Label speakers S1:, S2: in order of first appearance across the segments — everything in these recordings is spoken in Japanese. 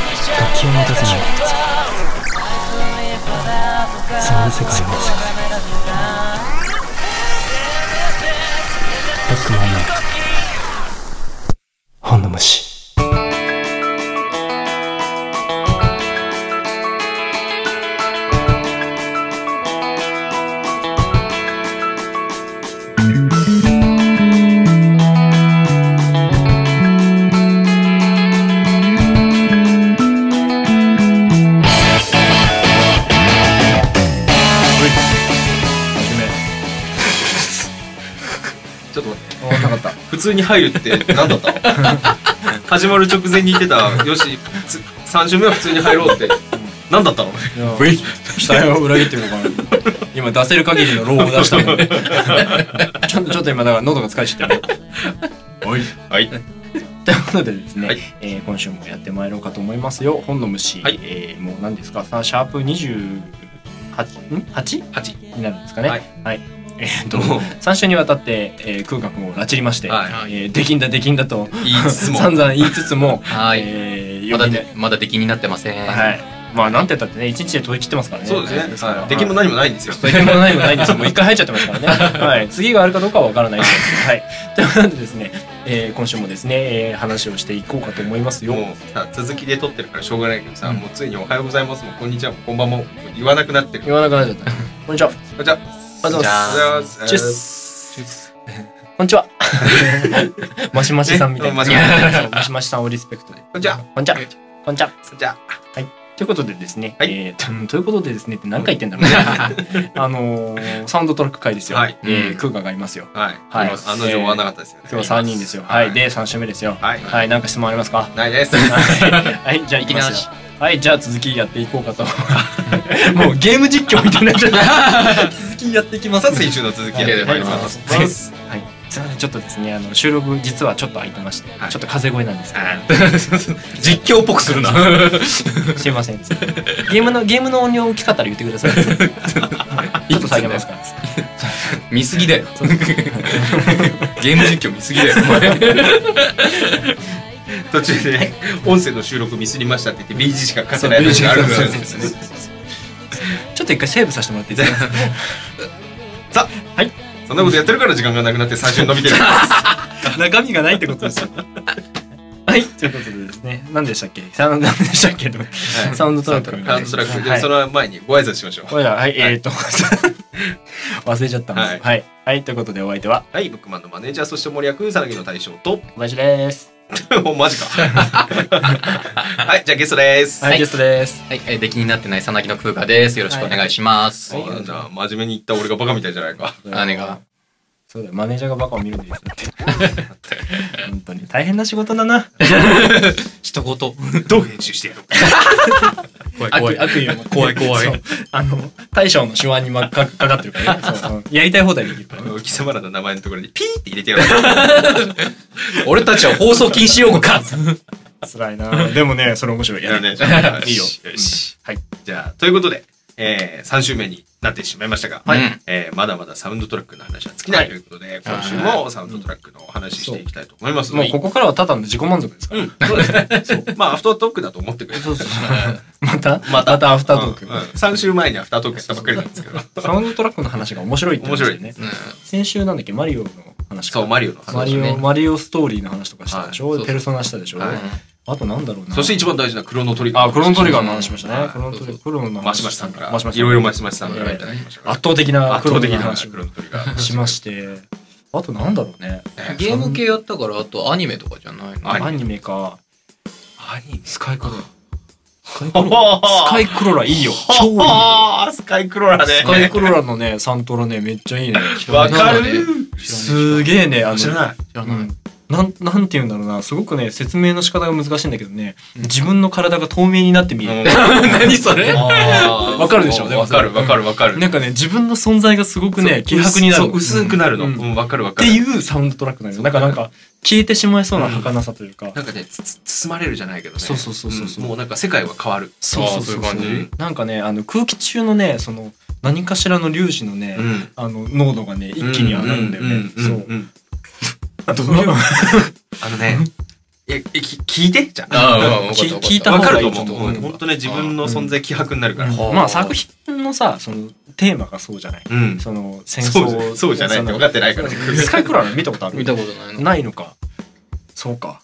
S1: を持たずに生きてきたそんな世界も世界バックマンの本の虫
S2: ちょっと待って。普通に入るって何だっ たの始まる直前に言ってた、よし、つ3週目は普通に入ろうって。何だったの
S3: ふい期待を裏切ってみようかな今出せる限りのローを出したも んねちょっとちょっと今だから喉が疲れちゃってるおい
S2: はい。
S3: ということでですね、
S2: はい
S3: えー今週もやってまいろうかと思いますよ本の虫、
S2: はい
S3: えーもう何ですかさシャープ28ん 8?
S2: 8。
S3: になるんですかね
S2: は
S3: はいい、えーっと
S2: どうも
S3: 3週にわたって、えー、空学を拉致りまして、
S2: は
S3: えーできんだできんだと
S2: 言いつつも。
S3: 散々言いつつも、
S4: はい
S3: えー
S4: まだ
S3: 呼び
S4: ね、まだ出来になってません。
S3: はい。まあなんて言ったってね、一日で取り切ってますからね。
S2: そうですね。
S3: から
S2: はい。出来も何もないんですよ。
S3: 出来もないもないんですよ。もう一回入っちゃってますから ね。はい。次があるかどうかはわからないですけど。はい。ということでですね、えー今週もですね、えー話をしていこうかと思いますよ。
S2: もうさ、続きで撮ってるからしょうがないけどさ、
S3: うん
S2: もうついにおはようございますも、こんにちはも、こんばんも、言わなくなってる。
S3: 言わなくなっちゃった。こんにちは。
S2: こんにちは。
S3: おはようございます
S2: おはようございます。
S3: チュッ
S2: チュッス。
S3: こんにち は。マシマシさんみたいな。
S2: ねマシマシ
S3: そうマシマシさんをリスペクトで。
S2: こんにちは。
S3: こんにちは。こんにちは。
S2: こんにちは。
S3: ということでですね、
S2: はい
S3: えーとという ことでですねって何回言ってんだろうね。 あのーサウンドトラック会ですよ。
S2: はい
S3: えー空間がありますよ。
S2: はい。
S3: はい
S2: あのあの情報はなかったですよね。
S3: 今日は3人ですよ。はい。で、3週目ですよ。
S2: はい。
S3: はい、なんか質問あります か。
S2: ないです。
S3: はい、じゃあ、行きますよ。はい、じゃあ、続きやっていこうかと。もうゲーム実況みたいになっちゃった。続きやっていきます
S2: さあ、
S3: ね。
S2: 先週の続きやってまいります。
S3: はいはいはい、すみません、ちょっとですね、あの収録実はちょっと空いてまして、
S2: はい
S3: ちょっと風邪声なんですけ
S4: 実況っぽくす るな。
S3: ど、すいません。ゲームの、ゲームの音量大きかったら言ってくだ さい。ちょっと下げますから。
S4: 見すぎだ よ。
S3: そうそう
S4: ゲーム実況見すぎだよ。お前
S2: 途中で音声の収録ミスりましたって言って BG しか勝てない時があるぐらいなんですね。
S3: ちょっと一回セーブさせてもらっていいですか。
S2: さ
S3: はい、
S2: そんなことやってるから時間がなくなって最初に伸びて るんです。
S3: 中身がないってことですよ。はい、ということでですね、何でしたっけ、サウンド、何でしたっけとか、サウンドトラック。
S2: ハンドトラック
S3: は
S2: で
S3: い
S2: その前にご挨拶しましょう。
S3: ほらはい、えーっと、 忘れちゃったんです
S2: はい
S3: はい、はい、ということでお相手は、
S2: はい、ブックマンのマネージャーそして森役さなぎの大将と、
S3: 同じです。
S2: もうマジか。 はい、じゃあゲストです。
S3: はい、
S4: い
S3: ゲストです。
S4: はい、えー出来になってないさなぎの空間です。よろしくお願いします。
S2: そうなんだ真面目に言った俺がバカみたいじゃないか。
S4: 姉が。
S3: そうだよ、マネージャーがバカを見るんですよって。本当に大変な仕事だな。
S4: 一言。
S2: どう編集してやろ うか。
S3: 怖
S4: 怖い
S3: 悪意を持って
S4: 怖い怖い
S3: そうあの、大将の手腕にまっかかかってるからね。そううんやりたい放題できるからね。
S2: 貴様らの名前のところにピーって入れてやろう。
S4: 俺たちは放送禁止用語か。
S3: 辛いな。でもね、それ面白い。
S2: やるね。
S3: いいよ
S2: よし。
S3: はい。
S2: じゃあ、ということで、えー、3週目になってしまいましたが、
S4: はい
S2: えーまだまだサウンドトラックの話は尽きないということで、今週もサウンドトラックのお話ししていきたいと思いますの
S3: もう
S2: で、
S3: ここからはただの自己満足ですから。
S2: うん、そうですね。そうまあ、アフタートークだと思ってくれる。
S3: また、また、またアフタートーク。
S2: うんうん3週前にアフタートークやったばっかりなんですけど。
S3: サウンドトラックの話が面白いって話だよね。
S4: うん
S3: 先週なんだっけ、マリオの話か。
S2: そう、マリオの
S3: マ
S2: 話。
S3: リ
S4: そう
S3: オ、
S4: ですね
S3: マリオストーリーの話とかしたでしょ、
S4: はいそうそう
S3: ペルソナしたでしょ、
S2: は
S3: あとなんだろうな。
S2: そして一番大事なクロノトリガー。
S3: あ、クロノトリガーの話しましたね。
S2: はい
S3: クロノトリガ
S2: そう
S3: ー、クロノの話。
S2: マシマシさんから
S3: マシマ、シ
S2: いろいろマ
S3: シ
S2: シマシさんからいただきましたから
S3: 圧倒的な
S2: 圧
S3: クロ
S2: 倒
S3: ノの
S2: 的な
S3: 話
S2: 話クロ
S3: を
S2: ノトリガー。
S3: しまして。あとなんだろうね。
S2: ね
S4: ゲーム系やったから、あとアニメとかじゃないの
S2: アニメ
S3: アニメか。
S2: アニメ
S3: スカイクロラ。スカイク ロラ。スカ
S2: ス
S3: イクロラい いよ。超いい。
S2: あースカイクロラね
S3: ス。カイクロラのね、サントラね、めっちゃいいね。
S2: わかる
S3: すげえね、あの、
S2: 知らない。
S4: 知ら
S3: う
S4: ない
S3: ん。なんなんて言うんだろうなすごくね説明の仕方が難しいんだけどね自分の体が透明になって見える、
S4: 何それ
S3: わかるでしょでも
S2: わかるわかるわかる。
S3: なんかね自分の存在がすごくね希薄になる
S2: そう薄くなるの。う
S3: うん
S2: ん、わかるわ
S3: っ
S2: か
S3: て
S2: る。
S3: いうサウンドトラックなんですよなんかなんか消えてしまいそうな儚さというか、
S2: なんかね、つつ包まれるじゃないけどね。
S3: そうそうそうそうそうん
S2: もうなんか世界は変わる。
S3: そうそう
S4: あ
S3: そう
S4: ーそう
S3: そう
S4: いう感
S3: なんかねあの空気中のねその何かしらの粒子のね、
S2: ん。
S3: あの濃度がね一気に上がるんだよね、
S2: うんうん
S3: そう
S2: うんうん
S3: どういう
S2: あのね、いや、えき聞いてじゃあ。
S4: ああ、
S3: 聞聞いた
S2: わ
S3: 方
S2: か
S3: が
S2: る
S3: い
S2: と
S3: い
S2: 思う。
S3: と
S2: も
S3: 思
S2: う
S3: う
S2: 本当ね、自分の存在希薄になるから。
S3: うんまあ作品のさそのテーマがそうじゃない、
S2: うん。
S3: その戦
S2: そう
S3: 争
S2: じゃそうじゃないって分かってないからね。
S3: スカイクラーの見たことある
S4: 見たことないの。
S3: ないのかそうか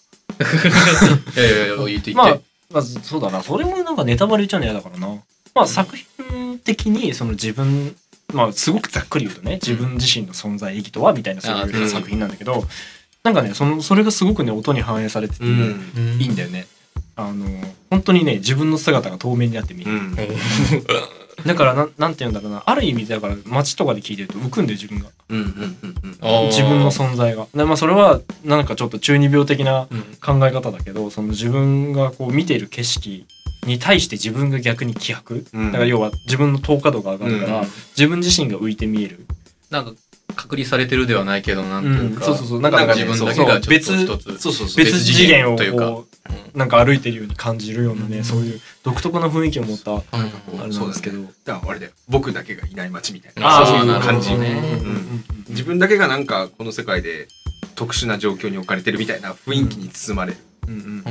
S4: いやいやいや、言って言って。
S3: まあ、まずそうだなそれもなんかネタバレ言っちゃうの嫌だからなまあ作品的にその自分まあすごくざっくり言うとね自分自身の存在意義とはみたいなそうい
S4: あーう
S3: うん作品なんだけど、なんかねそのそれがすごくね音に反映されてて、
S2: うん。
S4: うん
S3: いいんだよねあの本当にね自分の姿が透明になって見え
S2: う
S3: る、
S2: ん。
S3: だからなんなんて言うんだろうなある意味だから街とかで聞いてると浮くんで自分が
S2: うんうんうんうん。
S4: あー
S3: 自分の存在がでまあそれはなんかちょっと中二病的な
S4: うん
S3: 考え方だけどその自分がこう見てる景色に対して自分が逆に希薄、
S2: うん
S3: だから要は自分の透過度が上がるから、
S4: うん
S3: 自分自身が浮いて見える、
S4: なんか、隔離されてるではないけど、なんて
S3: う
S4: いうんか。
S3: そうそうそうなんか
S4: なんか
S3: ね
S4: 自分だけ
S3: そう
S4: がちょっと
S3: 別
S4: 一つ。
S2: そうそうそう。
S3: 別次元を
S4: 別次元という
S3: こうなんか歩いてるように感じるようなね、
S4: うん
S3: そういう独特な雰囲気を持ったあ
S4: うん
S3: れなんですけど、
S2: だからあれだよ。僕だけがいない街みたいな。
S4: あー
S2: そういう
S4: なるほ
S2: 感
S4: どね
S2: じ。
S3: うんうんうん
S2: 自分だけがなんかこの世界で特殊な状況に置かれてるみたいな雰囲気に包まれる。
S3: うん
S4: う
S3: うん
S4: ん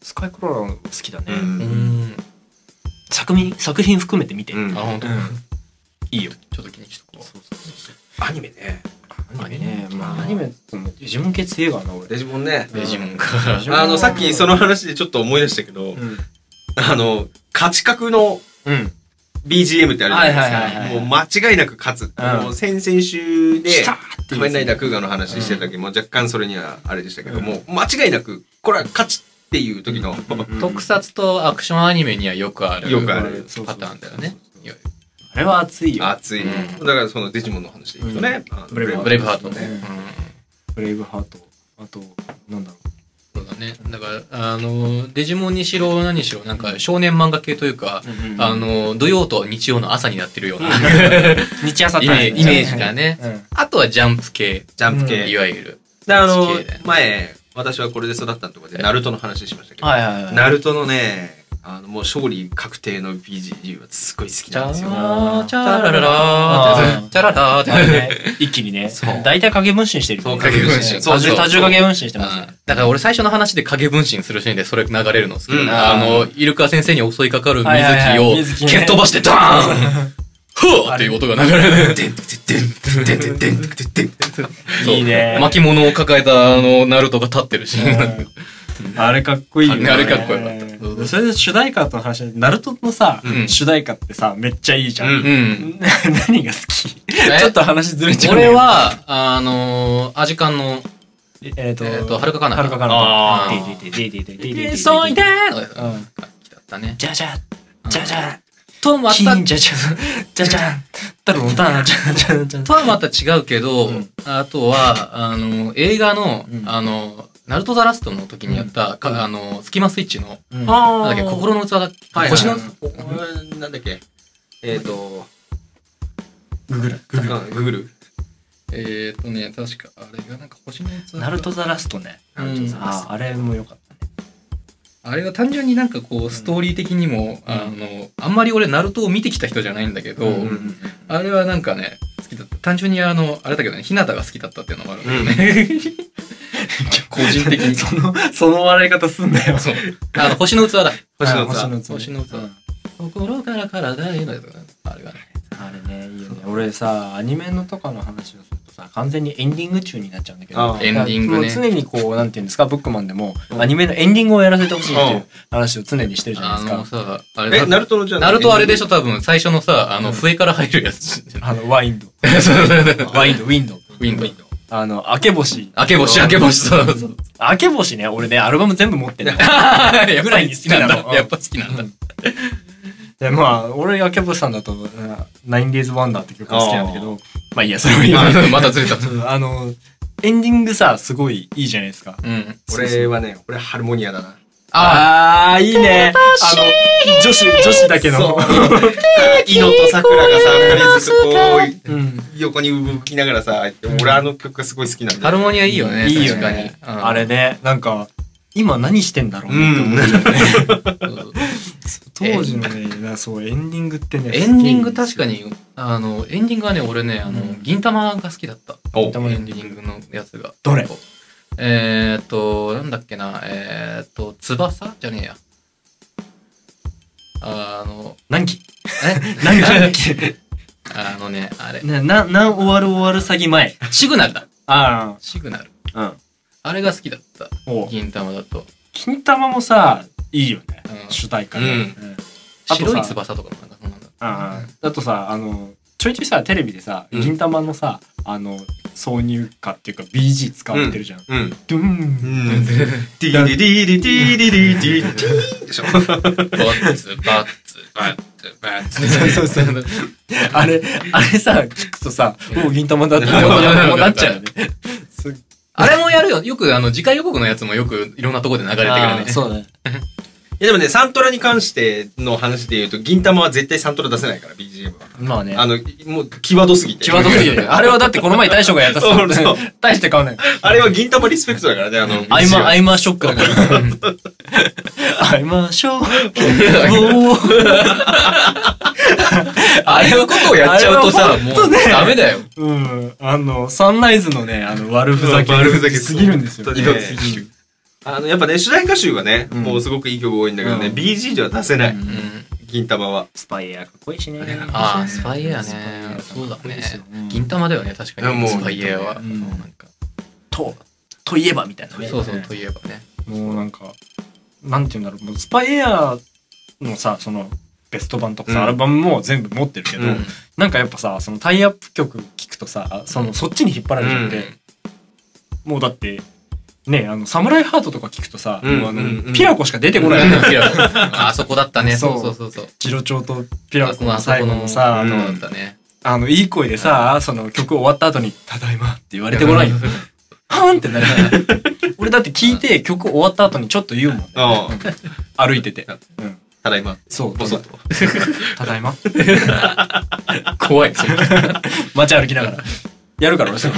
S3: スカイクローラー好きだね、
S2: うん
S4: うん。
S3: 作品作品含めて見て、
S2: うん
S4: あ、本当。
S3: いいよ
S4: ちょっと気にしとこ
S2: アニメね。
S3: アニメね、まあ、
S4: まあ
S3: アニメってもデジモン系強いからな俺
S2: デジモンね。
S4: う。デジモンか。
S3: ジモン
S2: あの、さっきその話でちょっと思い出したけど、
S3: うん、
S2: あの、勝ち格の
S3: うん、
S2: BGM ってあるじゃないですか。
S3: はいはいはいはい
S2: もう間違いなく勝つ。
S3: うん
S2: もう先々週で、
S3: 来たーっていう
S2: 仮面ライダークーガの話してた時も若干それにはあれでしたけど、もう間違いなく、これは勝ちっていう時の、
S3: うん
S4: 特撮とアクションアニメにはよくある。
S2: よくある
S4: パターンだよね。いわゆる
S3: あれは熱いよ
S2: 熱い。だからそのデジモンの話でいくとね、あの
S3: ブレイブ
S4: ブレイブハート
S3: ね
S4: ね。
S3: ブレイブハートあとなんだろ
S4: うんそうだね。だから、あの、デジモンにしろ何しろ、なんか少年漫画系というか、
S3: う
S4: あの、土曜と日曜の朝になってるような
S3: 日朝
S4: イメイメージがね。あとはジャンプ系。
S2: ジャンプ系。
S4: いわゆる。
S2: で、あの
S4: 好きだよね、
S2: 前、私はこれで育ったところで、ナルトの話しましたけど、
S3: はいはいはい
S2: ナルトのね、あの、もう勝利確定の BGG はすごい好き
S4: チャ
S2: なん
S4: ー
S2: ですよ。
S4: ラー、チャララーって、チャララーって。
S3: 一気にね
S4: そう
S3: 大体影分身してるよね
S2: そう影分身
S3: 多重
S4: そう
S3: 多重影分身してますね
S4: うんだから俺最初の話で影分身するシーンでそれ流れるの好きだな、
S2: うん
S4: あの、イルカ先生に襲いかかる水
S3: はいはいはい水木
S4: 木
S3: ね
S4: を蹴っ飛ばしてダーンふーっていう音が流れる。
S2: でんてんてんてんてんてんてんてんてんてん
S4: そう
S3: いいね
S4: 巻物を抱えたあの、ナルトが立ってるシーンなんだけど。
S3: うんあれかっこいいよね
S4: あれかっこよかった
S3: うんそれで主題歌との話ナルトのさ
S4: うん
S3: 主題歌ってさめっちゃいいじゃ
S2: うんん
S4: うん。
S3: 何が好き
S4: え
S3: ちょっと話ずれちゃうんだけ
S4: 俺
S3: ど
S4: は、あの、アジカンの、
S3: えっ、と、
S4: えーとはるかかな
S3: はるかかな
S2: あ
S3: た。
S2: ー
S3: でででででででででで。
S4: 急いでー
S3: う
S4: の
S3: ん。
S4: だったね。
S3: じゃじゃ、じゃじゃ、
S4: とまた、
S3: 金じゃじゃ、じゃじゃ、だろだな、じゃじゃじゃ。
S4: とはまた違うけど、
S3: うん
S4: あとは、あの、映画の、
S3: うん
S4: あの、ナルトザラストの時にやった、か
S3: うん
S4: あの、スキマスイッチの、
S3: うん
S4: なんだっけ、心の器だっけ、
S2: はいはい
S4: 星の、
S2: うんなんだっけえっと、
S3: ググる。ググる。
S2: うんググル。
S4: えーっとね、確か、あれがなんか星の器。
S3: ナルトザラストね。
S4: う
S2: ナルト
S4: ん
S2: ザ
S3: ああ、あれも良かったね。
S4: あれが単純になんかこう、ストーリー的にも、あの、あんまり俺、ナルトを見てきた人じゃないんだけど、
S3: うん
S4: あれはなんかね、好きだった。単純にあの、あれだけどね、ひなたが好きだったっていうのもあるんだよね。 個人的 に。
S3: その、その笑い方すんなよ。
S4: そう。あの、星の器だ。
S2: 星
S3: あ
S2: 野
S3: 星
S2: さん。
S3: の器。
S4: 星の器
S3: うん
S4: 心から体へのやつだねあれがね。
S3: あれね、いいよね。俺さ、アニメのとかの話をするとさ、完全にエンディング中になっちゃうんだけど
S2: あ、
S4: エンディングね
S3: もう常にこう、なんていうんですか、ブックマンでも、アニメのエンディングをやらせてほしいっていううん話を常にしてるじゃな
S4: あ
S3: いです
S4: の
S3: か。
S4: さ、あれ
S2: え、
S4: だ、
S2: ナルトのじゃ
S4: ナルトあれでしょ
S2: ょ
S4: 多分、最初のさ、あ
S3: う
S4: の、
S3: ん
S4: 笛から入るやつ。
S3: あの、ワインド。
S4: そうそうそう
S3: ワインド、ウィンド。
S4: ウィンドウ。
S3: あの、明け星。
S4: 明け星、明け星、そうそうそう。
S3: 明け星ね、俺ね、アルバム全部持ってんだよ。
S4: やっぱり好きなん
S3: ぐらいに好きなの
S4: だ。やっぱ好きなんだ。
S3: で、まあ、俺、明け星さんだと、ナインデイズ・ワンダーって曲が好きなんだけど、まあいいや、それはいいや。
S4: あ またずれた。
S3: うんあの、エンディングさ、すごいいいじゃないですか。
S4: うん。
S2: 俺はね、俺ハルモニアだな。
S4: あ
S3: あー、いいね。あの、女子、女子だけ
S2: そ
S3: の
S2: う。。イノと桜がさ、二人ずつこ
S3: うん。
S2: う、横に動きながらさ、俺あの曲がすごい好きなんだ
S4: ハ
S2: よ。
S4: ルモニアいいよね。
S3: いいよ
S4: 確かに
S3: ね。。あれね、なんか、今何してんだろう
S2: う
S3: ねって思う。
S2: ん。
S4: うん。そう
S3: 当時のね、なそう、エンディングってね。
S4: エンディング確
S3: に
S4: かに、あの、エンディングはね、俺ね、あ
S3: う
S4: の
S3: ん、
S4: 銀玉が好きだった。
S2: お
S4: 銀玉のエンディングのやつが。
S3: どれ
S4: こうえー、っと、なんだっけな、えー、っと、翼じゃねえや。あの、
S3: 何期
S4: え
S3: 何期何期
S4: あのね、あれ、
S3: な、な、な、終わる終わる詐欺前。
S4: シグナルだ。
S3: あ
S4: シグナル。
S3: あ、うん。
S4: あれが好きだった。
S3: おう
S4: 銀玉だと。
S3: 金玉もさ、いいよね。
S4: うん
S3: 主題歌
S2: う
S3: ね。
S2: ん
S3: うんあとさ
S4: 白い翼とかもなんかそんなんだ。
S3: あああとさあのちょいちょいさテレビでさ
S2: うん
S3: 銀玉のさ、あの挿入歌っていうか BG 使われてるじゃん。
S2: うん。
S3: ドゥ
S2: う
S3: ン
S2: ん。ディディディディディディディディディでしょ。
S4: バッツ、バッツ、バッツ、バッツ。そうそうそう。
S3: あれあれさ聞くとさもう銀玉だって
S4: うん
S3: もうなっちゃうよ ね。すっ
S4: あれもやるよ。よく、あの、次回予告のやつもよく、いろんなとこで流れてくる
S3: あ
S4: ね
S3: ー。そうだね。
S2: いやでもね、サントラに関しての話で言うと、銀玉は絶対サントラ出せないから、BGM は。
S3: まあね
S2: あ。の、もう、際どすぎて。
S3: 際どすぎるよね。あれはだってこの前大将がやったさ
S2: そうそう
S3: 大して変わんない。
S2: あれは銀玉リスペクトだからね、あの、
S3: アイ
S2: BGM
S3: マアイマショックだから。アイマショック。おー
S4: あれのことをやっちゃうと
S3: あ
S4: さ、
S3: れは
S4: も
S3: 本当
S4: う
S3: ね
S4: ダメだよ。
S3: うん、あの、サンライズのね、あの、悪ふざけ。
S2: うん悪ふざけ
S3: すぎるんですよ。
S2: 本当にねあの、やっぱね、主題歌集はね、もうすごくいい曲多いんだけどね、
S3: うん
S2: BG では出せない。
S4: うん
S2: 銀玉は。
S3: スパイエアかっこいいしね。
S4: ああ、スパイエア
S3: スパイエア
S4: ね
S3: か。っ
S4: そうだ
S3: こいい
S4: ね
S3: ですようん。
S4: 銀玉だよね、確か
S2: いやも
S4: に。
S2: う
S4: スパイエアは。
S3: う
S4: うんんなんか
S3: と、といえばみたいなね。
S4: そうそう、といえばね。
S3: もうなんか、なんて言うんだろう、もうスパイエアのさ、その、ベスト版とかさ、
S2: うん
S3: アルバムも全部持ってるけど、
S2: うん
S3: なんかやっぱさ、そのタイアップ曲聞くとさ、その、そっちに引っ張られちゃって、もうだって、ね、あの、サムライハートとか聞くとさ、
S2: うん
S3: もうあの、
S2: うんうん
S3: ピラコしか出てこない。
S4: いやあそこだったね。
S3: そ
S4: そううそうそうそう。
S3: ジロチョウとピラコの
S4: あそこ
S3: 最後のさ、あ
S2: うん
S3: の、
S4: そうだったね。
S3: あの、いい声でさ、その曲終わった後に、ただいまって言われてこないよ。はーんってなる。俺だって聞いて曲終わった後にちょっと言うもんね。
S2: あ
S3: 歩いてて。
S2: ただいま。
S3: そう、
S2: ボソッと。
S3: ただいま。
S4: 怖い。それ
S3: 街歩きながら。やるから俺そう。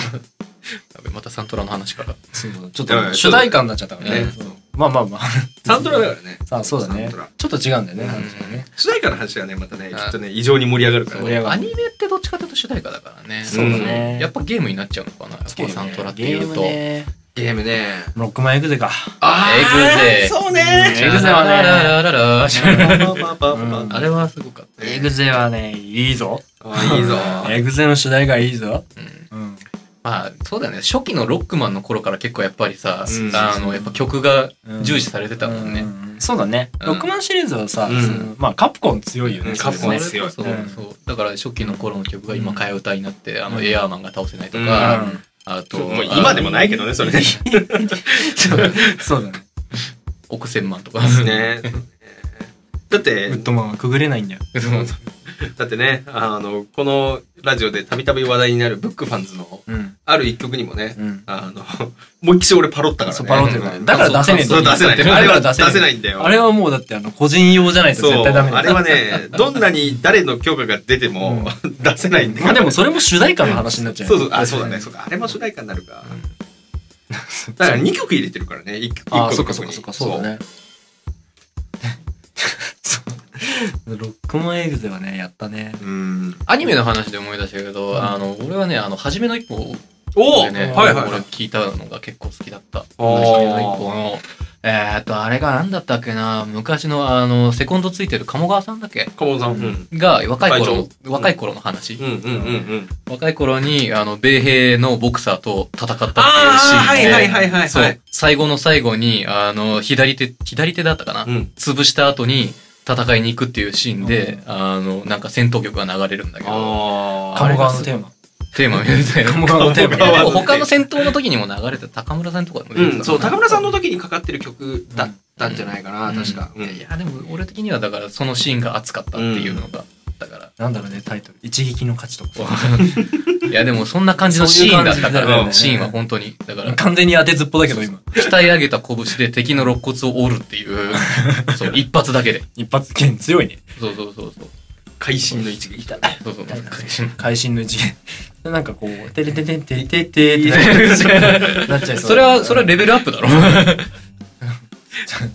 S4: やべまたサントラの話から。
S3: そうちょっ
S2: やばいやば
S3: と
S2: い
S3: 主題歌になっちゃったからね
S2: ね。
S3: そうまあまあまあ。
S2: サントラだからね。
S3: さあ、そうだ
S2: サ
S3: ね
S2: ントラ。
S3: ちょっと違うんだよね、
S4: うん
S3: 話がね。
S2: 主題歌の話がね、またね、
S4: あ
S2: き
S4: ー
S2: っとね、異常に盛り上がるから
S3: 盛り上
S2: ね。
S3: がる
S4: アニメってどっちかというと主題歌だからね。
S3: そう
S2: だ
S3: ね
S4: やっぱゲームになっちゃうのかな。やっぱサントラっていうと。
S3: ね。
S2: ゲームね。
S3: ロックマンエグゼか。
S4: あーエグゼ
S2: そうね。
S3: エグゼはね。
S4: あれはすごかった。
S3: エグゼはね、いいぞ。
S2: あ、いいぞ。
S3: エグゼの主題歌いいぞ。
S4: うん
S3: うん。
S4: まあそうだよね初期のロックマンの頃から結構やっぱりさ、
S2: うん
S4: あのやっぱ曲が
S3: うん
S4: 重視されてたもんね、
S3: うそうだね。
S4: うん
S3: ロックマンシリーズはさ、
S2: うん
S3: そのまあカプコン強いよね。
S2: うんカプコン
S3: ね
S2: 強い。
S4: それこそ
S3: うん
S4: そうだから初期の頃の曲が今
S3: うん
S4: 替え歌になって、あ
S3: う
S4: の
S3: ん
S4: エアーマンが倒せないと
S2: うん
S4: か、
S3: うん
S4: あと
S2: もう今でもないけどね、それね。
S3: そうだね。
S4: 億千万とか
S2: ね。だっ
S3: ウ
S2: て、
S3: ッドマンはくぐれないんだよ。
S4: そう
S2: だってね、あの、このラジオでたびたび話題になるブックファンズの
S3: うん。
S2: ある一曲にもね、
S3: うん。
S2: あの、もう一生俺パロったからね。
S3: そうパロってるからねだから出せねえんだ
S2: そう
S3: よ。
S2: 出せない。
S3: あ
S2: あ
S3: れ
S2: れ
S3: は
S2: は
S3: 出
S2: 出
S3: せない。
S2: せないんだよ。
S3: あれはもうだってあの個人用じゃないと
S2: そう
S3: 絶対ダメだ
S2: あれ
S3: よ。
S2: はね、どんなに誰の許可が出ても 出せないんだよ。
S3: まあでもそれも主題歌の話になっちゃう
S2: そ
S3: よ
S2: う
S3: ね。
S2: そう、あ、そうだね、そうか。あれも主題歌になるか。 だから2曲入れてるからね、1曲。
S3: ああ、
S2: 一
S3: そっ
S2: 曲
S3: かそっかそっか、そうだね。そうロックマンエグゼはね、やったね。
S2: そう。うん。
S4: アニメの話で思い出したけど、あの俺はねあの初めの一歩を
S2: お
S4: でね、
S2: はいはい
S4: 俺
S2: はい。
S4: 聞いたのが結構好きだった。
S2: おー
S4: 初めの一歩のえーっと、あれが何だったっけな、昔のあの、セコンドついてる鴨川さんだっけ
S2: カモさん。うん。
S4: が、若い
S2: 会
S4: 頃、
S2: 長
S4: 若い頃の話。
S2: うんうんうんうん。
S4: 若い頃に、あの、米兵のボクサーと戦ったっていうシーン
S2: ああ、
S4: で。
S2: はいはいはいはい。
S4: そ。
S2: はいう
S4: 最後の最後に、あの、左手、左手だったかな、
S2: うん。
S4: 潰した後に戦いに行くっていうシーンで、あの、なんか戦闘曲が流れるんだけど、
S2: あ
S3: 鴨川のテーマ。
S4: テーマみた いな。
S3: 鴨川のテー
S2: 鴨
S3: マ。
S2: 川
S4: でも他の戦闘の時にも流れてた高村さんとかでも出てた
S2: う
S4: か
S2: ん、
S4: な
S2: そう、高村さんの時にかかってる曲だ
S3: う
S2: っ
S3: ん
S2: たんじゃないかな、
S4: うん
S2: 確か。うん
S4: いやでも俺的にはだからそのシーンが熱かったっていうのが、だから
S3: なんだろうね、タイトル。一撃の勝ちとか。
S4: いやでもそんな感じのシーンだったか
S3: そういう感じだ
S4: ら、
S3: よね
S4: シーンは本当にだから
S3: 完全に当てずっぽだけど、今。
S4: 鍛え上げた拳で敵の肋骨を折るっていう そう一発だけで
S3: 一発剣強いね。
S4: そうそうそうそう
S2: 会心の一撃。
S4: そうそう
S3: 痛い
S4: そう
S3: 会心の一撃。でなんかこう、てれててんてりてってってなっちゃいそう。
S4: それはそれはレベルアップ だろ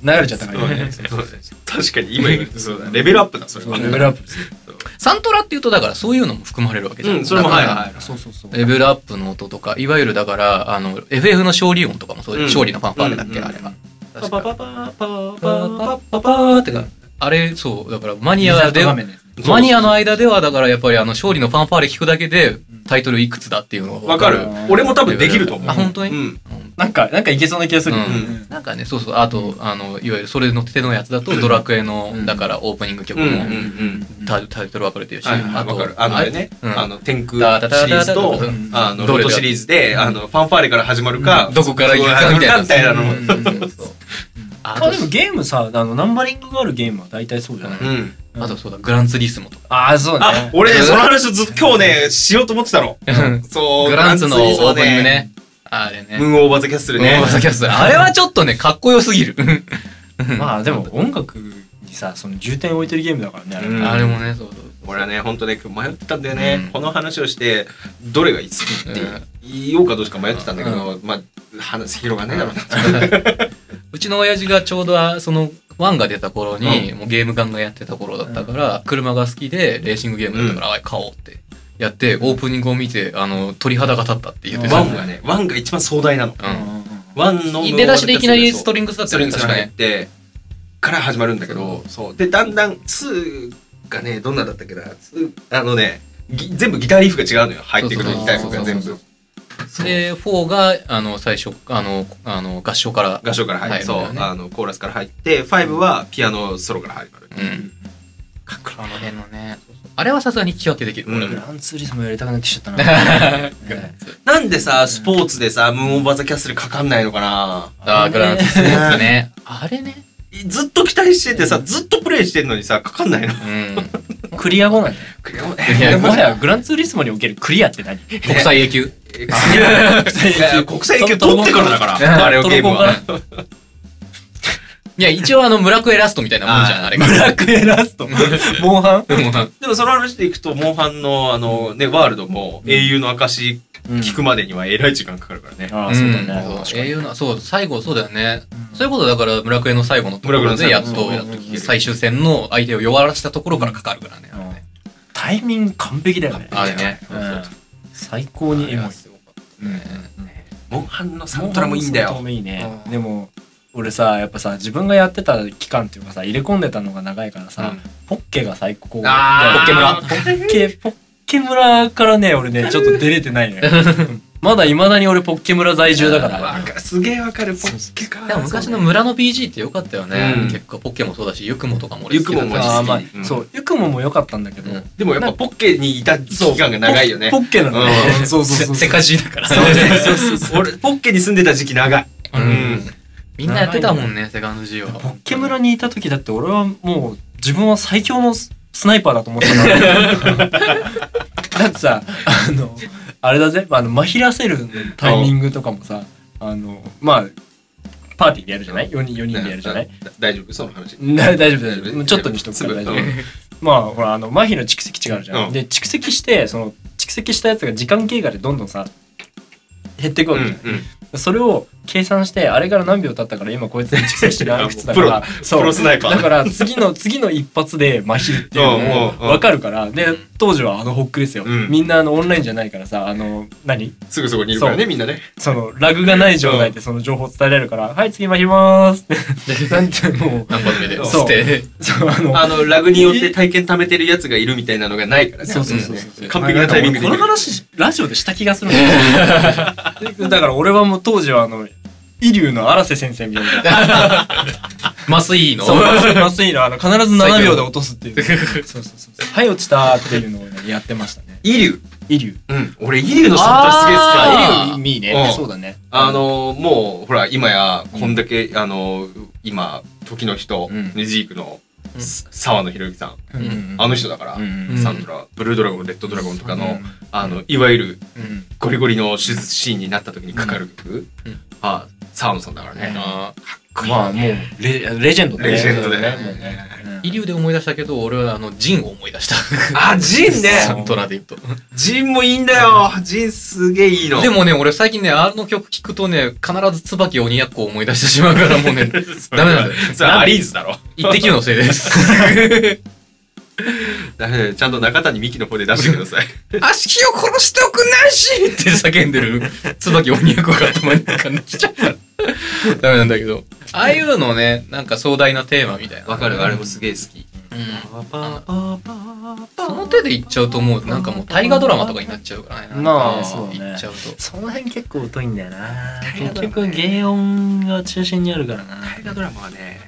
S3: 流れちゃったから
S2: そう
S3: ね
S2: ね。そうね確かに今言うとそうだ。レベルアップだ、それ
S3: そ
S2: は。
S3: うレベルアップです
S2: そう
S4: サントラっていうとだからそういうのも含まれるわけじゃん、
S2: うんそれも
S4: だから
S2: はいはい
S3: そうそうそう。
S4: レベルアップの音とかいわゆるだからあの FF の勝利音とかもそうで、
S2: うん
S4: 勝利のファンファーレだっけ、
S2: うん
S4: あれが
S3: パ
S4: 確
S3: パ
S4: か
S3: パパパ
S4: パ
S3: パ
S4: パパパーってかあれそうだからマニアで
S3: 画面です
S2: そう
S4: マニアの間ではだからやっぱりあの勝利のファンファーレ聞くだけでタイトルいくつだっていうのが
S2: わかる俺も多分できると思う
S4: あ本当
S2: う
S4: に、
S2: ん
S3: なんか、なんかいけそうな気がするよね。
S2: うん
S3: うん
S4: なんかねそうそうあとあのいわゆるそれの手のやつだとドラクエの
S3: うん
S4: だからオープニング曲
S2: うんうんう
S4: も
S2: ん
S4: タタイトル分かれてるし
S2: はいはい
S4: あ
S2: わ
S4: と
S2: かるあのね
S4: うん
S2: あの天空シリーズと
S3: うん
S2: あの
S4: ど
S2: ロ
S4: れだ
S2: トシリーズであのファンファーレから始まるか
S4: どこから行くかみたいな
S2: みたいなのも
S4: うんそうそうあ
S3: まあでも
S4: と
S3: ゲームさ、あの、ナンバリングがあるゲームは大体そうじゃない
S2: うん
S4: あとそうだグランツリスモとか
S3: ああ、そうね。
S2: あ俺ねその話をずっと今日ねしようと思ってたのそう
S4: グランツの
S2: グ
S4: オ
S2: ラ
S4: ープニング
S2: そう
S4: ねあれね
S2: ムーンオーバーザキャッスル
S4: ね
S2: ね
S4: キャスあれはちょっとねかっこよすぎる
S3: まあでも音楽にさ、その重点を置いてるゲームだからねあれ。
S2: うん
S4: あれもねそうそうそう
S2: 俺はね本当ね迷ったんだよね、
S4: うん
S2: この話をしてどれがいいっすって言おうかどうしか迷ってたんだけど、まあ話広がんねえだろうな
S4: うちの親父がちょうどあそのワンが出た頃に、もうゲームガンがやってた頃だったから、車が好きでレーシングゲームだったから、あ買おうってやってオープニングを見てあの鳥肌が立ったって言って
S2: ワ
S4: た、
S2: ンがねワンが一番壮大なの
S4: う
S2: ワンの
S4: ん、出だしでいきなりスト
S2: リ
S4: リングスだっ
S2: ス
S4: た
S2: ト
S4: よ
S2: リン
S4: ね
S2: グス
S4: 確
S2: が
S4: か
S2: 入っ
S4: ね
S2: てから始まるんだけどそうでだんだん2がねどんなだったっけな2あのねぎ全部ギターリーフが違うのよ入ってくる
S4: そうそうそう
S2: ギターリーフが全
S4: そう
S2: 部
S4: で4があの最初あのあの合唱から
S2: 合唱から入って、
S4: 入
S2: そ
S4: る
S2: うん
S4: だよね
S2: あのコーラスから入って5はピアノソロから始まる、
S4: うんあの辺のねあれはさすがに聞き分けできる、
S2: うん
S4: 俺
S3: グ
S4: も
S3: ランツーリスモやりたくなってきちゃったな。ね
S2: なんでさスポーツでさムーンオーバーザキャッスルかかんないのかな
S4: あーグランツスポーツねあれね
S2: ずっと期待しててさ、ずっとプレイしてんのにさ、かかんないの。
S4: うん
S3: クリア後なんだ
S4: いや
S3: よ。もはやグランツーリスモにおけるクリアって何
S4: 国際永久
S2: いや国際野球取ってからだから、あれをゲームは。
S4: いや一応あの村クエラストみたいなもんじゃんあれが
S3: ブラックエラスト。モンハン
S2: でもその話でいくと、モンハンの、あの、ね、ワールドも、英雄の証聞くまでにはえらい時間かかるからね。
S3: あ
S4: う
S3: あ、
S4: ん
S3: そうだね。
S4: そう
S3: 確か
S4: 英
S3: に
S4: 雄のそう最後そうだよね、
S3: うん
S4: そういうことだから村クエの最後のところ
S2: 村クエ
S4: で
S2: の
S4: や
S2: 最
S4: っ
S2: 後
S4: と
S3: うんうんうんうん
S4: やっと最終戦の相手を弱らせたところからかかるからね、
S3: うんタイミング完璧だよね。
S4: あれね
S3: う
S4: そうん
S3: 最高にエモい。
S2: モンハンのサントラもいいんだ
S3: モンハンのサントラ
S2: よ。
S3: もいいね
S4: う。ん
S3: でも俺さやっぱさ自分がやってた期間っていうかさ入れ込んでたのが長いからさ、
S2: うん
S3: ポッケが最高。
S2: あ
S4: ー
S3: ポッケ村。ポッケポッケ村からね俺ねちょっと出れてない のよ。まだいまだに俺ポッケ村在住だから。
S2: わかるすげえわかる、ポッケか。
S4: でも昔の村の BG って良かったよね、
S2: うん
S4: 結構ポッケもそうだしユクモとかも俺好きだっ
S2: ユクモも
S4: た
S2: 好き
S4: し
S3: あーまあ、
S2: うん
S3: そうゆくもも良かったんだけど。
S4: うん
S2: でもやっぱポッケにいた期間が長いよね
S3: ポ。ッケなのね
S2: う。ん
S3: そうそうそう。
S4: せ世界中だから
S3: そうそうそう。
S2: 俺、ポッケに住んでた時期長い。
S4: うん
S2: うん
S4: みんなやってたもんねセカンド G は
S3: ポッケ村にいた時だって俺はもう自分は最強のススナイパーだと思ってたから だってさあのあれだぜあのマヒラセルのタイミングとかもさあのまあパーティーでやるじゃない4人4人でやるじゃない
S2: だ大丈夫その話。
S3: な大丈夫大丈夫ちょっとにしとくから大丈夫
S2: うん
S3: まあほらあの麻痺の蓄積値があるじゃん、
S2: うん
S3: で蓄積してその蓄積したやつが時間経過でどんどんさ減っていくわけじゃん、それを計算してあれから何秒経ったから今こいつ蓄積値がいくつだか
S2: あ
S3: ら
S2: も
S3: そう
S2: プロスナイパー
S3: だから次の 次の一発で麻痺っていうの
S2: うんうんう
S3: も
S2: ん
S3: 分かるからで当時はあのホックですよ、
S2: うん
S3: みんなあのオンラインじゃないからさあの何
S2: すぐそこにいるから
S3: そ
S2: ね、
S3: う
S2: みんなね。
S3: そのラグがない状態でその情報伝えられるから「はい次麻痺まーす」ってなんても
S4: 何発目で
S3: そ
S4: 捨
S3: う
S4: て
S3: うそうあの
S2: あの、ラグによって体験貯めてるやつがいるみたいなのがないからね。
S3: そうそうそうそうん
S2: 完璧なタイミングで
S3: こ
S2: き
S3: の
S2: る。
S3: 話ラジオでした気がするんだよ だから俺はもう当時はあのイリュウの荒瀬先生みたいな
S4: 麻酔の
S3: そう麻酔のあの必ず7秒で落とすっていうそうそうそうそうはい落ちたーっていうのをねやってましたね
S2: イリュウ。
S3: イリュウ
S2: うん。俺、イリュウのサントラすげえ好きなの
S4: あー
S3: イリュウいい
S2: うん
S3: ねそうだね
S2: あの、もう、ほら、今や、こんだけ、あの、今、時の人
S4: うん、
S2: ネジークの、
S4: うん
S2: 沢野弘之さん。
S3: うんうん
S2: あの人だから
S3: う、ん
S4: うん
S2: サントラ、ブルードラゴン、レッドドラゴンとか
S3: う
S2: の
S3: ん、
S2: あの、いわゆる
S4: うん
S2: ゴリゴリの手術シーンになった時にかかる曲
S4: うん。
S2: あ、沢野さんだからね。
S4: あー
S3: まあもうレレジェンドだね
S2: レジェンドだよね
S3: もうねうん
S4: 遺留で思い出したけど俺はあのジンを思い出した
S2: あ、ジン
S4: サ
S2: ね
S4: ントラで言うと
S2: ジンもいいんだよジンすげえいいの。
S4: でもね俺最近ねあの曲聴くとね必ず椿鬼奴を思い出してしまうからもう ねダメなんだよ
S2: それアリーズだろ。
S4: 一滴のせいです
S2: だからちゃんと中谷美紀の方で出してください。
S4: 悪しきを殺しておくないしって叫んでる椿鬼奴が頭に浮かんできちゃった。ダメなんだけど。ああいうのね、なんか壮大なテーマみたいな。
S2: わかる、あれもすげえ好き。
S4: うん。
S2: パパ
S4: その手でいっちゃうともう、なんかもう大河ドラマとかになっちゃうからね。なんか
S3: まあそうね
S4: いっちゃうと。
S3: その辺結構疎いんだよな
S4: 大河ド
S3: 結
S4: ラマ
S3: 局
S4: ね
S3: 芸音が中心にあるからな
S2: 大河ドラマはね、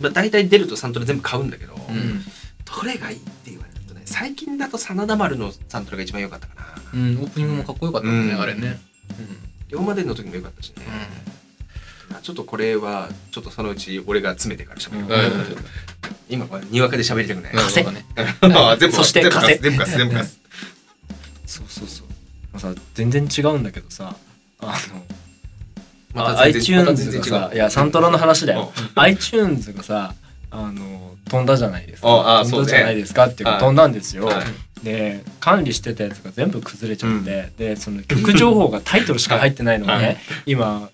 S2: まあ、大体出るとサントラ全部買うんだけど、
S4: う。
S2: どれがいいって言われるとね最近だと真田丸のサントラが一番良かったかなん
S4: うん。オープニングもかっこよかったもんね、
S2: うん
S4: あれね。
S2: 龍馬伝の時も良かったしね、まあちょっとこれはちょっとそのうち俺が詰めてから喋る
S4: うん。う
S2: か
S4: ん
S2: ら、今これにわかで喋りたくない、
S4: うん。
S3: 稼い
S4: そうだね。
S2: まあ全部
S3: そして
S2: 全部貸す
S3: 稼
S2: 全部貸す全部貸す
S3: そうそうそうまあさ全然違うんだけどさあの
S2: ま
S3: あ
S2: た全然また
S3: iTunes
S2: 全然
S3: が
S2: 違う
S3: さいやサントラの話だよ
S2: うん
S3: iTunes がさあの飛んだじゃないですか
S2: ああ
S3: 飛んだ
S2: そうね
S3: じゃないですかっていうか
S2: はい
S3: 飛んだんですよ、
S2: はい
S3: で管理してたやつが全部崩れちゃって、でその曲情報がタイトルしか入ってないのがね、
S2: は
S3: 今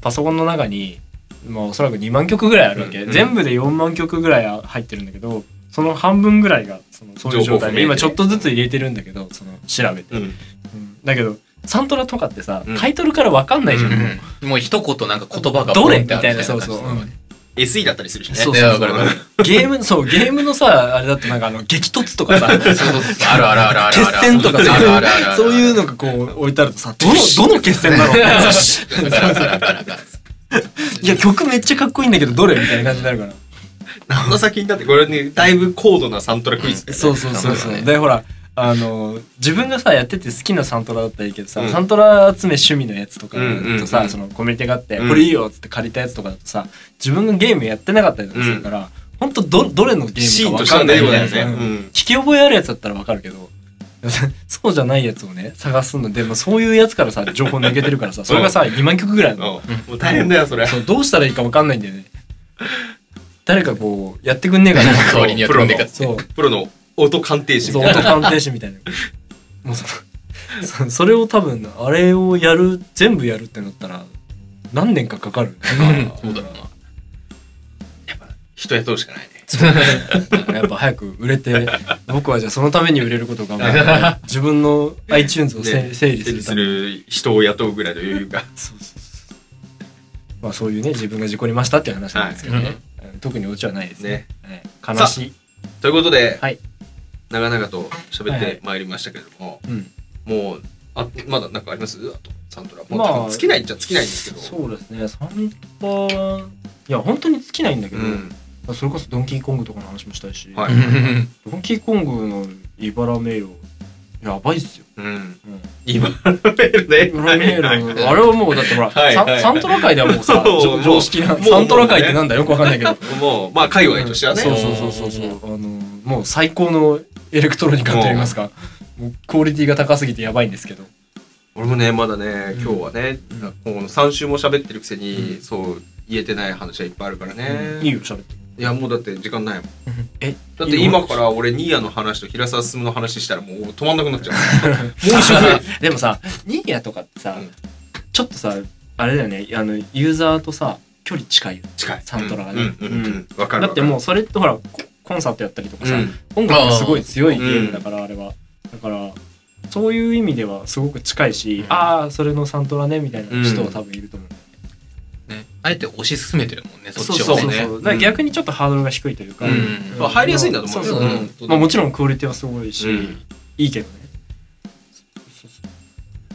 S3: パソコンの中に、まあ、おそらく2万曲ぐらいあるわけ、
S2: うん
S3: 全部で4万曲ぐらい入ってるんだけどその半分ぐらいがそのそういう状態で
S2: 情報不明
S3: 今
S2: で
S3: ちょっとずつ入れてるんだけどその調べて、
S2: うん
S3: うんだけどサントラとかってさ
S2: うん
S3: タイトルから分かんないじゃん、
S2: うん
S3: もう
S4: うんもう一言なんか言葉が
S3: どれ
S4: ポンってあ
S3: み
S4: る
S3: たいなそうそう
S4: 感じ
S2: SE だったりするしね
S3: そう
S4: いやわかるわかる
S3: ゲームそうゲームのさあれだとなんかあの激突とかさ
S4: そうそうそう あるあ るあるあるある。
S3: 決戦とか
S4: ある
S3: さ
S4: あるあるある。
S3: そういうのがこう置いてあるとさどのどの決戦だろう いや曲めっちゃかっこいいんだけどどれみたいな感じになるから
S2: 何の先にだってこれねだいぶ高度なサントラクイズだよね
S3: そうそうそうそう
S4: なるほどね
S3: でほらあの自分がさやってて好きなサントラだったらいいけどさ、
S2: うん
S3: サントラ集め趣味のやつとかだとさ、
S2: うんうんうん
S3: そのコミュニティがあって、
S2: うん
S3: これいいよっつって借りたやつとかだとさ自分がゲームやってなかったりとかするから、ほんとどどれのゲ
S2: シ
S3: ー
S2: ーン
S3: ムか
S2: と
S3: 分
S2: し
S3: か
S2: た
S3: ん
S2: ん
S3: な
S2: だ
S3: い
S2: よ
S3: みたい
S2: ね
S3: なさ、
S2: う
S3: うん
S2: ん
S3: 聞き覚えあるやつだったら分かるけど そうじゃないやつをね探すのでもそういうやつからさ情報抜けてる からさそれがさ2万曲ぐらいあるの
S2: もう大変だよそれ
S3: そうどうしたらいいか分かんないんだよね誰かこうやってくんねえかな
S4: 代わりにやってくんねえかって
S3: そう
S2: プロの音鑑定士
S3: そ
S2: み
S3: う
S2: たい
S3: 音
S2: な
S3: 鑑定士みたいなもうそのそ それを多分あれをやる全部やるってなったら何年かか かる
S4: そうだろうな。
S2: 人雇うしかないね
S3: やっぱ早く売れて僕はじゃあそのために売れることを頑張 って自分の iTunes をせ、
S2: ね
S3: 整理するために
S2: 整理する人を雇うぐらいの余裕が
S3: そうそうそうまあそういうね自分が事故りましたっていう話なんですけどね、うん特にオチはないですねね悲しい
S2: ということで、
S3: はい
S2: 長々と喋っ
S3: はいはい
S2: てまいりましたけれども、
S3: うん
S2: もうあまだなんかありますあとサントラもう、
S3: まあ
S2: 多分尽きないっちゃ尽きないんですけど
S3: そうですねサンタいや本当に尽きないんだけど、
S2: ん、
S3: それこそドンキーコングとかの話もしたいし、
S2: はい
S3: ドンキーコングの茨迷路やばいっすよ、
S2: うん、
S3: うん、
S2: 今のメールね
S3: 茨迷路
S2: はいはい
S3: のあれはもうだってほら、
S2: はいはいはい
S3: サンサントラ界ではもうさ
S2: そう
S3: 常常識な
S2: もう
S3: サントラ界ってなんだよくわかんないけど
S2: もうまあ界隈としてはね、
S3: そうそうそうそうそうあのもう最高のエレクトロニカといいますかもうクオリティが高すぎてやばいんですけど
S2: 俺もねまだね
S3: うん
S2: 今日はね、
S3: うん
S2: もう3週も喋ってるくせに、
S3: うん
S2: そう言えてない話はいっぱいあるからね、
S3: いいよ喋って
S2: いやもうだって時間ないもん
S3: え
S2: だって今から俺ニーヤの話と平沢進の話したらもう止まんなくなっちゃうもう一緒 ぐらい
S3: でもさニーヤとかってさ、
S2: うん
S3: ちょっとさあれだよねあのユーザーとさ距離 近いよ
S2: 近い
S3: サントラが
S2: う
S3: ね
S2: んうんうんうんわかる
S3: だ
S2: わかる
S3: ってもうそれってほらココンサートやったりとかさ、
S2: うん
S3: 音楽がすごい強いゲームだからあれは、だからそういう意味ではすごく近いし、
S4: うん
S3: ああそれのサントラねみたいな人は多分いると思う、
S4: ねあえて推し進めてるもんね、そっ
S3: そう
S4: ち
S3: そ
S4: を
S3: う
S4: ね。
S3: そうだから逆にちょっとハードルが低いというか、
S2: うん
S3: うん
S2: まあ入りやすいんだと思うよ
S3: そうそう
S2: うん
S3: まあ、もちろんクオリティはすごいし、
S2: うん
S3: いいけどね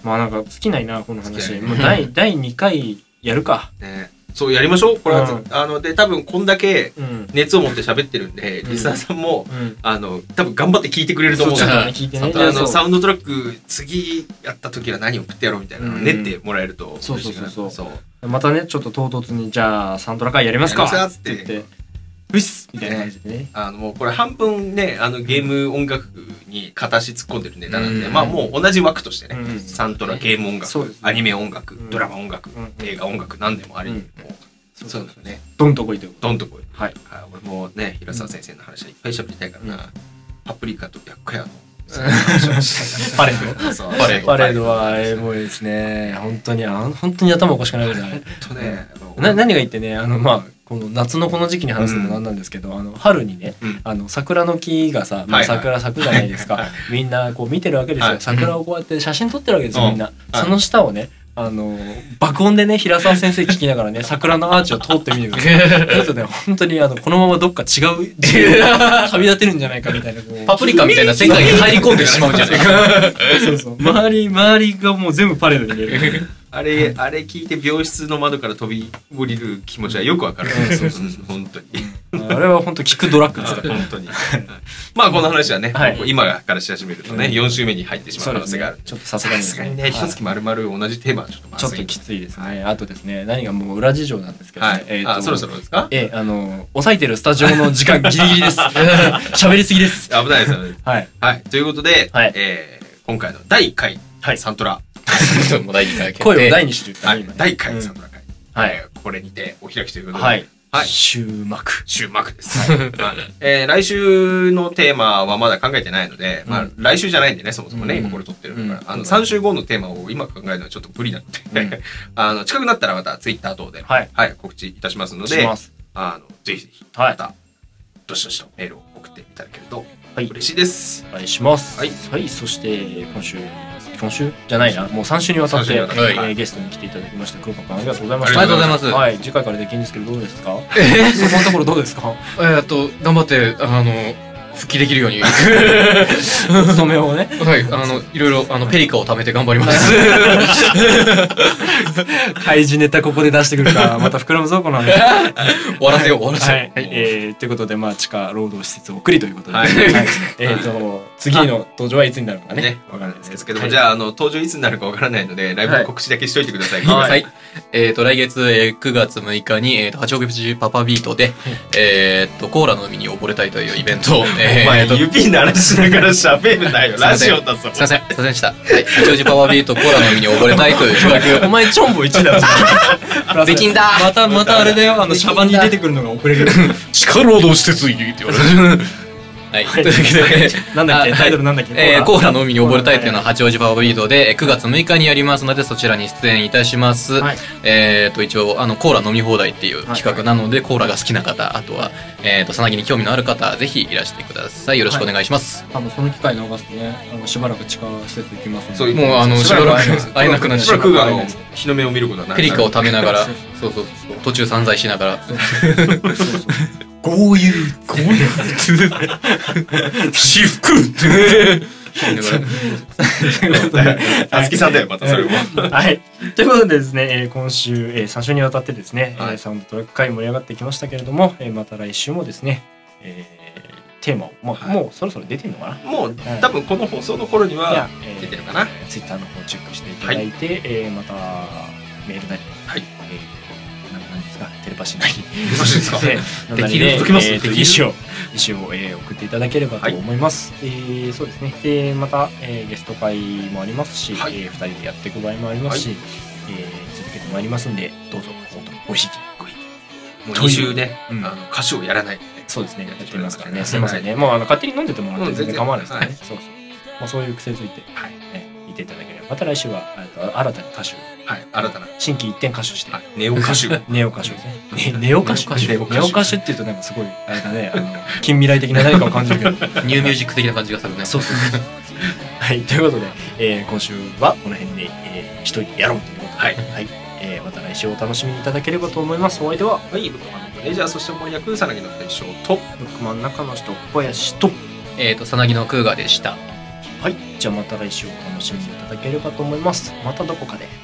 S3: まあなんか尽きないなこの話、
S2: 尽きないね
S3: もう第第2回やるか
S2: ねそうやりましょうこれは、
S3: うん
S2: あので多分こんだけ
S3: うん
S2: 熱を持って喋ってるんで、
S3: うん
S2: リスナーさんも
S3: うん
S2: あの多分頑張って聞いてくれる
S3: そ
S2: と思
S3: う
S2: う
S3: ちょっと
S2: から
S3: ね聞いてね
S2: あ
S3: そ
S2: の
S3: う
S2: サウンドトラック次やった時は何送ってやろうみたいなのを
S3: うん
S2: 練ってもらえると
S3: そうそうそうそう
S2: そう
S3: またねちょっと唐突にじゃあサントラ会やりますか
S2: やりま
S3: っ
S2: すか
S3: て
S2: っ
S3: 言
S2: つ
S3: っ
S2: って
S3: てうっすみたいな感じでね
S2: あのもうこれ半分ねあのゲーム音楽に片足突っ込んでるネタなんで、
S4: うん
S2: まあもう同じ枠としてね、
S3: うん
S2: サントラゲーム音
S3: そ
S2: 楽、
S3: うですね
S2: アニメ音楽、
S3: うん
S2: ドラマ音楽、
S3: うん
S2: 映画音楽何でもあり、
S3: うん
S2: もうそうですね
S3: どんとこいということ
S2: どんとこい
S3: はい
S2: あ俺もね平沢先生の話はいっぱい喋りたいからな、パプリカと白夜の
S3: パレー
S2: そう
S4: パレー
S3: ド。
S4: ド
S3: パレードは、えーもうですね、本当に、あの本当に頭おかしくなるじゃない。
S2: ちょっとねあの
S3: な何が言ってねあのまあこの夏のこの時期に話すのもなんなんですけど、あの春にね、
S2: うん
S3: あの桜の木がさ、まあ
S2: はいはい
S3: 桜咲くじゃないですか、みんなこう見てるわけですよ、
S2: はい
S3: 桜をこうやって写真撮ってるわけですよ、
S2: うん
S3: みんな、
S2: はい
S3: その下をねあの爆音でね平沢先生聞きながらね桜のアーチを通ってみてください ちょっとね本当にあのこのままどっか違う自由を旅立てるんじゃないかみたいなこう
S4: パプリカみたいな世界に入り込んでしまうんじゃないか。
S3: そうそう周り周りがもう全部パレードに見える
S2: あれあれ聞いて病室の窓から飛び降りる気持ちはよくわかるうん本当に
S3: あれは本当聞くドラッグですから
S2: 本 当にまあこの話はね、
S3: はい
S2: もう今からし始めるとね、
S3: うん
S2: 4週目に入ってしま
S3: そううで
S2: 可能
S3: す
S2: 性があ
S3: ね
S2: る
S3: ちょっとさすがに
S2: さすがにね
S3: はい
S2: 一月丸々同じテーマはちょっとま
S3: ちょっ
S2: ずい
S3: ときついですね。あとですね、何がもう裏事情なんですけどね。
S2: はい、
S3: えーと
S2: あそろそろですか
S3: ええあの、抑えてるスタジオの時間ギリギリです。喋りすぎです。
S2: 危ないですよね
S3: はい。
S2: はいということで、
S3: はい
S2: えー今回の第1回、
S3: はい
S2: サントラ、
S4: もう第二回決定
S3: 声を大にしてる。
S2: はい
S3: 今ね
S2: 第1回サントラ会、
S3: はい。
S2: えーこれにてお開きということで、
S3: はい。
S2: はい
S3: 終幕。
S2: 終幕です、はいえー来週のテーマはまだ考えてないので、ま
S3: う
S2: あ
S3: ん、
S2: 来週じゃないんでねそもそもね、
S3: うん
S2: 今これ撮ってるから、
S3: うん
S2: あの3週後のテーマを今考えるのはちょっと無理なので、
S3: うん
S2: あの近くなったらまたツイッター等で、
S3: はい
S2: 告知いたしますの
S3: し
S2: で
S3: ます。
S2: あのぜひぜひ
S3: は
S2: ま
S3: い。
S2: たどしどしとメールを送っていただけると
S3: はい。
S2: 嬉しいです。
S3: お願いします。
S2: はい
S3: はい。そして、今週、今週じゃないな。もう3週にわたって、
S2: 三週にわたって
S3: えー
S2: はい
S3: ゲストに来ていただきました。黒川さん、ありがとうございま
S4: あ
S3: し
S4: り
S3: た。
S4: がとうございます。
S3: はい。次回からできるんですけど、どうですか
S4: え
S3: そこのところどうですか
S4: ーっと、頑張って、あの、復帰できるように。 は
S3: お勤めをね。
S4: い、あの、いろいろ、あの、ペリカを貯めて頑張り ます。
S3: 開示ネタここで出してくるから、また膨らむぞ、この話。
S4: 終わらせよう、終わらせ
S3: は
S4: よ
S3: い、
S4: う。
S3: えー、ということで、まあ、地下労働施設を送りということで、
S2: はい
S3: えっ、と、次の登場はいつになるのかね。
S2: ね、
S3: わか
S2: わかん
S3: ん
S2: な
S3: ないい
S2: で
S3: ですす
S2: け
S3: け
S2: ど
S3: ど
S2: ですけども、
S3: はい
S2: じゃああの登場いつになるかわからないのでライブの告知だけしといてください。
S3: はい
S4: はい。えっと、来月、えー9月6日に、えっと、八王子プチパパビートで、えっと、コーラの海に溺れたいというイベン トを、
S2: お
S4: えー
S2: 前、
S4: っと、すい
S2: 指鳴らしながら喋るなよ。ラジオだぞ。
S4: ません、すいませんでした。 はい。八王子パパビート、コーラの海に溺れたいという企画
S3: お前、チョンボ1だぞ。
S4: できんだ
S3: また、またあれだよ、あの、シャバに出てくるのが遅れる。
S4: 地下労働施設にって言わ れる。はい。というわけで、
S3: なんだっけ、
S4: あ
S3: タイトルなんだっけ、
S4: えー、コーラの海に溺れたい
S3: っ
S4: というのは八王子パワービードでえー9月6日にやりますのでそちらに出演いたします、
S3: はい
S4: えっと一応あのコーラ飲み放題っていう企画なので、コーラが好きな方あとは、えー、とさなぎに興味のある方ぜひいらしてくださいよろしくお願いします、
S3: あの、その機会逃すとね、あの、しばらく地下施設行きますんで
S2: そう
S4: もうあの
S2: し
S4: し
S2: ば
S4: ば
S2: ら
S4: ら
S2: く
S4: く会えなくなって
S2: し
S4: し
S2: ば
S4: ま
S2: ら
S4: う
S2: くあの日の目を見ることはない。
S4: ペリカを
S2: た
S4: 食べながら
S3: そう
S4: そうそうそう途中散財しながら
S3: そうそうそう。豪遊、豪遊。
S4: 私服
S3: ということで
S2: あつきさんだよ、またそれも。
S3: はい。ということでですね、えー今週、え3週にわたってですね、えー
S2: はい
S3: サウンドトラック会盛り上がってきましたけれども、えーまた来週もですね、えーテーマを、まあ
S2: はい
S3: もうそろそろ出てるのかな
S2: もう多分この放送の頃には、
S3: 出
S2: 出てるかな
S3: ツイッター Twitter の方チェックしていただいて、えーまたメールなり、
S2: はい
S3: えーな何ですかテレパシーなり
S2: よろしい ですか。
S3: で
S2: できる届きます
S3: えーと
S2: できる
S3: 意思を意思を、えー送っていただければと思います、えーそうですねでまた、えーゲスト会もありますし、
S2: はい
S3: えー二人でやっていく場合もありますし、えー続けてまいりますんでどうぞ本当においしいごひいき
S2: もう2週ね、あ
S3: うん
S2: の歌詞をやらない。
S3: そうですねやってみますから
S2: は
S3: ね
S2: い
S3: すいませんね、もうあの勝手に飲んでてもらって
S2: うん
S3: 全
S2: 全
S3: 然
S2: 然
S3: 構わないですからね、
S2: はい
S3: そうそう、まあ、そういう癖づいて、
S2: はい
S3: ね、いていただければまた来週はあと新たに歌手を
S2: はい、新たな
S3: 新規一点歌手して、
S2: はいネオ歌手。
S3: ネオ歌手ね。 ネオ歌手
S2: ネ
S3: ネオ
S2: オ歌
S3: 歌手
S2: 手
S3: っていうとなんかすごい、あれだね、あの、 近未来的な何かを感じるけど。
S4: ニューミュージック的な感じがするね
S3: そうそうそう。はい、ということで、えー今週はこの辺で、えー一人でやろうということで、
S2: はい
S3: えーまた来週お楽しみいただければと思います。お相手は、
S2: はい、僕はマネージャー、そして翻訳、さなぎの大将と、
S3: ブックマン中の人、小林と、
S4: えっ、とさなぎのクーガーでした
S3: はい、じゃあまた来週お楽しみいただければと思います。またどこかで。